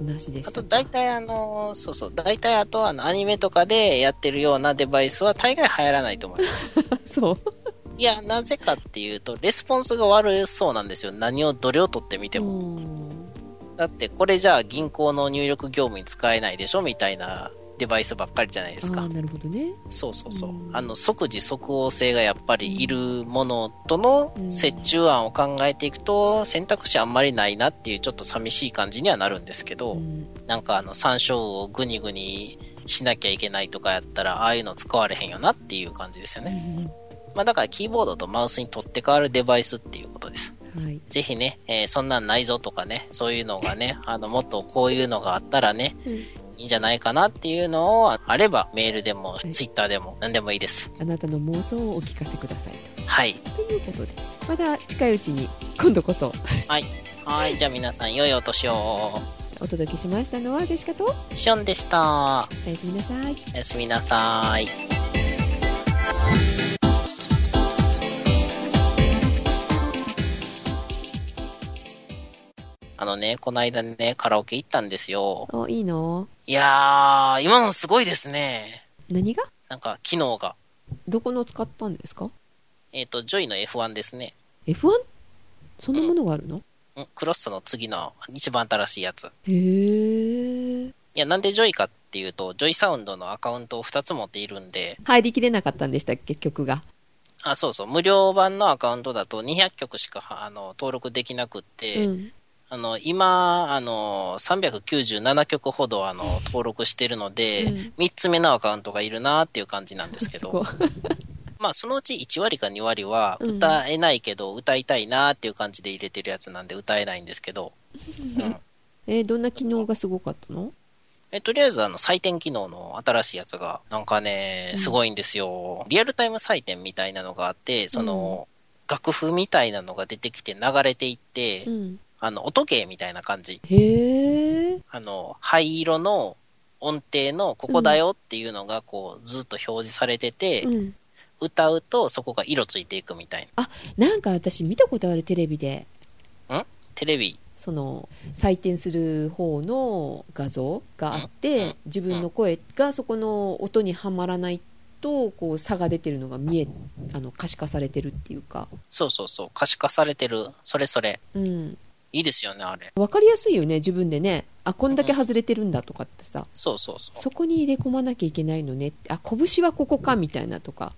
B: うん
A: なしでし
B: あ
A: た
B: と大体あの、そうそう、大体あとあのアニメとかでやってるようなデバイスは大概流行らないと思います
A: そう
B: いや、なぜかっていうと、レスポンスが悪そうなんですよ。何を、どれを取ってみても。
A: うん
B: だって、これじゃあ銀行の入力業務に使えないでしょみたいなデバイスばっかりじゃないです
A: ああ
B: か。
A: なるほどね。
B: そうそうそううんあの、即時即応性がやっぱりいるものとの
A: うん
B: 折衷案を考えていくと、選択肢あんまりないなっていうちょっと寂しい感じにはなるんですけ
A: う
B: ど、
A: ん
B: なんかあの、参照をグニグニしなきゃいけないとかやったら、ああいうの使われへんよなっていう感じですよね。まあだからキーボードとマウスに取って代わるデバイスっていうことです。
A: はい
B: ぜひね、えーそんなんないぞとかね、そういうのがね、 あの、もっとこういうのがあったらね、
A: うん
B: いいんじゃないかなっていうのを、あればメールでも、
A: い
B: ツイッターでも、何でもいいです。
A: あなたの妄想をお聞かせください
B: はい。
A: とということでまた近いうちに今度こそ
B: はい、じゃあ皆さん、良いお年を。
A: お届けしましたのはジェシカと
B: シオンでした。
A: おやすみなさい
B: おやすみなさい。あのね、この間ね、カラオケ行ったんですよ。
A: おいいの
B: いやー、今のすごいですね。
A: 何が
B: なんか、機能が。
A: どこの使ったんですか
B: えっ、と、ジョイの F1 ですね。
A: F1 そんなものがあるの、
B: んクロッソの次の一番新しいやつ。
A: へえ
B: いや、なんでジョイかっていうと、ジョイサウンドのアカウントを2つ持っているんで、
A: 入りきれなかったんでしたっけ曲が
B: あ、そうそう、無料版のアカウントだと200曲しかあの登録できなくって、
A: うん
B: あの、今、あの、397曲ほどあの登録してるので、
A: うん
B: 3つ目のアカウントがいるなっていう感じなんですけ
A: す
B: ど。
A: ごい
B: まあ、そのうち1割か2割は、
A: うん
B: 歌えないけど、歌いたいなーっていう感じで入れてるやつなんで、歌えないんです けど、うん
A: えーどんな機能がすごかったの
B: えとりあえず、あの、採点機能の新しいやつが、なんかね
A: う、ん
B: すごいんですよ。リアルタイム採点みたいなのがあって、その、楽譜みたいなのが出てきて流れていって、
A: うん
B: あの、音ゲーみたいな感じ。
A: へえ
B: あの、灰色の音程のここだよっていうのが、こう、ずっと表示されてて、
A: うん
B: 歌うとそこが色ついていくみたい
A: なんか私見たことあるテレビで
B: な。テレビ、
A: その採点する方の画像があって自分の声がそこの音にはまらないとこう差が出てるのが見えあの可視化されてるっていうか、
B: そうそうそう、可視化されてる、それそれ。
A: うん、
B: いいですよね、あれ。
A: 分かりやすいよね自分でねあこんだけ外れてるんだとかってさ
B: そうそうそう。
A: そこに入れ込まなきゃいけないのねってあ拳はここかみたいなとか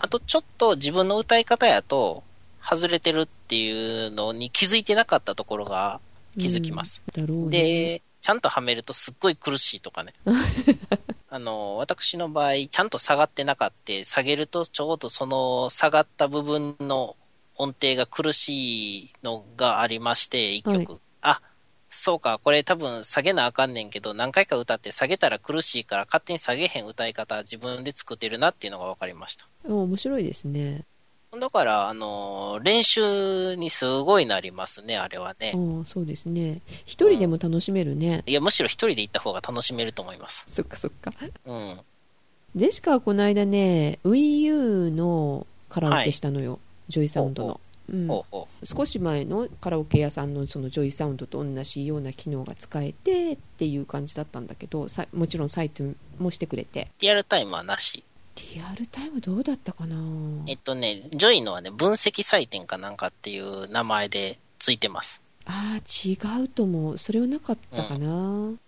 B: あと、ちょっと自分の歌い方やと、外れてるっていうのに気づいてなかったところが気づきます。、
A: うんだろうね
B: で、ちゃんとはめるとすっごい苦しいと かね。あの、私の場合、ちゃんと下がってなかって、下げるとちょうどその下がった部分の音程が苦しいのがありまして、一曲。あ、そうか、これ多分下げなあかんねんけど、何回か歌って下げたら苦しいから勝手に下げへん歌い方自分で作ってるなっていうのが分かりました。
A: うん面白いですね
B: だから、あの、練習にすごいなりますね、あれはね。
A: うん、そうですね一人でも楽しめるね、
B: いや、むしろ一人で行った方が楽しめると思います。
A: そっかそっか
B: うん。
A: ジェシカはこの間ね WiiU のカラオケしたのよ、ジョイサウンドの。うん
B: ほうほ
A: 少し前のカラオケ屋さんのそのジョイサウンドと同じような機能が使えてっていう感じだったんだけどさもちろんサイトもしてくれて
B: う。リアルタイムはなし。
A: リアルタイムどうだったかな
B: えっとね、ジョイのはね、分析採点かなんかっていう名前でついてます。
A: あー違うと思うそれはなかったかなうん、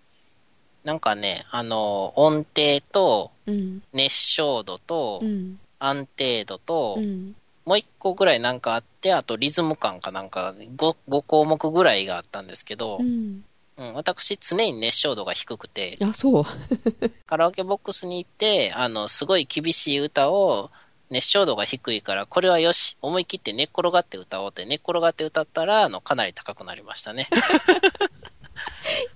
B: なんかね、あの、音程と、
A: うん
B: 熱唱度と
A: う、ん
B: 安定度と、もう一個ぐらいなんかあって、あとリズム感かなんか5、5項目ぐらいがあったんですけど
A: う、ん
B: うん、私常に熱唱度が低くて、
A: あそう
B: カラオケボックスに行って、あの、すごい厳しい歌を、熱唱度が低いから、これはよし、思い切って寝っ転がって歌おうって、寝っ転がって歌ったら、あの、かなり高くなりました ね。
A: よ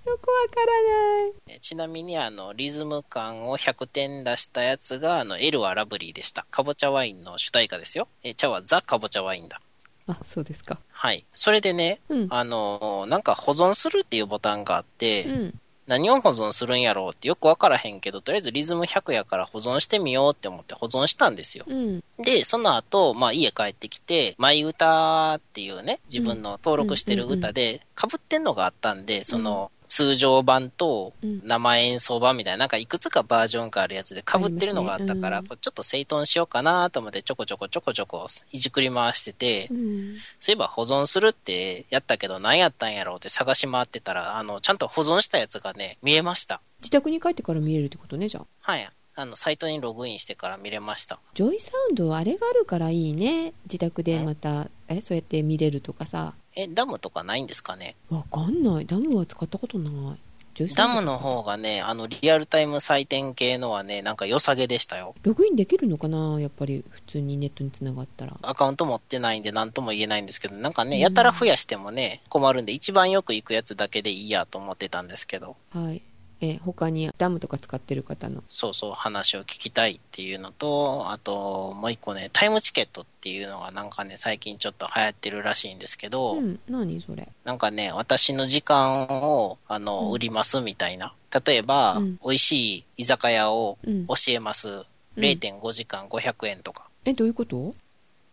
A: くわからない
B: えちなみに、あの、リズム感を100点出したやつが、あの、エルはラブリーでした。かぼちゃワインの主題歌ですよ。え、茶はザ・かぼちゃワインだ。
A: あそうですか
B: はい。それでね、
A: うん
B: あの、なんか保存するっていうボタンがあって、
A: うん
B: 何を保存するんやろうってよくわからへんけど、とりあえずリズム100やから保存してみようって思って保存したんですよ。
A: うん
B: で、その後、まあ家帰ってきて、マイ歌っていうね、自分の登録してる歌で、被ってんのがあったんで、その、通常版と
A: うん
B: 生演奏版みたいな、なんかいくつかバージョンがあるやつで被ってるのがあったか
A: あ
B: ら、
A: りますねうん
B: これちょっと整頓しようかなと思ってちょこちょこちょこちょこいじくり回してて
A: う、ん
B: そういえば保存するってやったけど何やったんやろうって探し回ってたら、あの、ちゃんと保存したやつがね、見えました。
A: 自宅に帰ってから見れるってことねじゃあ
B: はい。あの、サイトにログインしてから見れました。
A: ジョイサウンドあれがあるからいいね自宅でまたえそうやって見れるとかさ
B: え、ダムとかないんですかね
A: わかんないダムは使ったことないジョイサ
B: ダ
A: ウンド
B: ムの方がね、あの、リアルタイム採点系のはね、なんか良さげでしたよ。
A: ログインできるのかなやっぱり普通にネットにつながったら
B: アカウント持ってないんで何とも言えないんですけど、なんか
A: う
B: ね、
A: ん
B: やたら増やしてもね、困るんで、一番よく行くやつだけでいいやと思ってたんですけど、
A: はいえ他にダムとか使ってる方の
B: そうそう話を聞きたいっていうのと、あと、もう一個ね、タイムチケットっていうのがなんかね、最近ちょっと流行ってるらしいんですけど、
A: うん何それ
B: なんかね、私の時間を、あの、
A: うん
B: 売りますみたいな。例えば、
A: うん
B: 美味しい居酒屋を
A: うん
B: 教えます。
A: うん
B: 0.5時間500円とか。
A: えどういうこと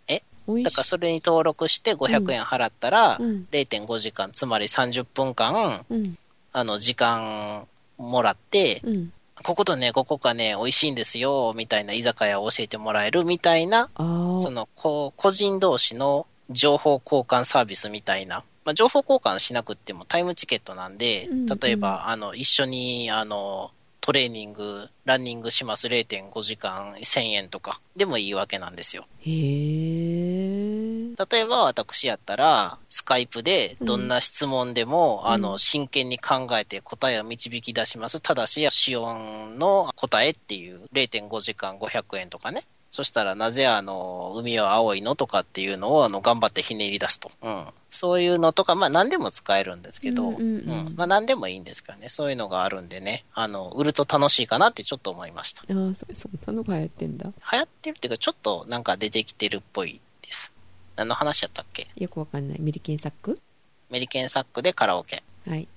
B: え
A: おい
B: だ
A: し
B: からそれに登録して500円払ったら、
A: うん
B: 0.5時間、つまり30分間、
A: うん
B: あの、時間もらって、
A: うん
B: こことね、ここがね、美味しいんですよ、みたいな居酒屋を教えてもらえるみたいな、
A: あ
B: そ
A: あ
B: の、こう、個人同士の情報交換サービスみたいな。まあ、情報交換しなくってもタイムチケットなんで
A: うん、
B: 例えば、あの、一緒に、あの、トレーニング、ランニングします0.5時間1000円とかでもいいわけなんですよ。
A: へえ
B: 例えば私やったら、スカイプでどんな質問でも、
A: うん
B: あの、真剣に考えて答えを導き出します。ただし、シオンの答えっていう0.5時間500円とかね。そしたらなぜあの、海は青いのとかっていうのをあの、頑張ってひねり出すと。うん。そういうのとか、まあ何でも使えるんですけど、
A: うんうんうん
B: まあ何でもいいんですけどね。そういうのがあるんでね、あの、売ると楽しいかなってちょっと思いました。
A: あーそそんなのが流行ってんだ
B: 流行ってるっていうか、ちょっとなんか出てきてるっぽいです。何の話やったっけ
A: よくわかんないメリケンサック
B: メリケンサックでカラオケ。
A: はい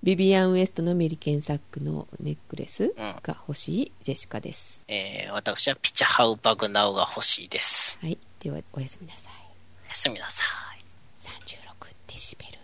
A: ビビアン・ウエストのメリケンサックのネックレス
B: うん。
A: が欲しいジェシカです
B: えー、私はピチャハウバグナウが欲しいです。
A: はいではおやすみなさい
B: おやすみなさい。
A: 36デシベル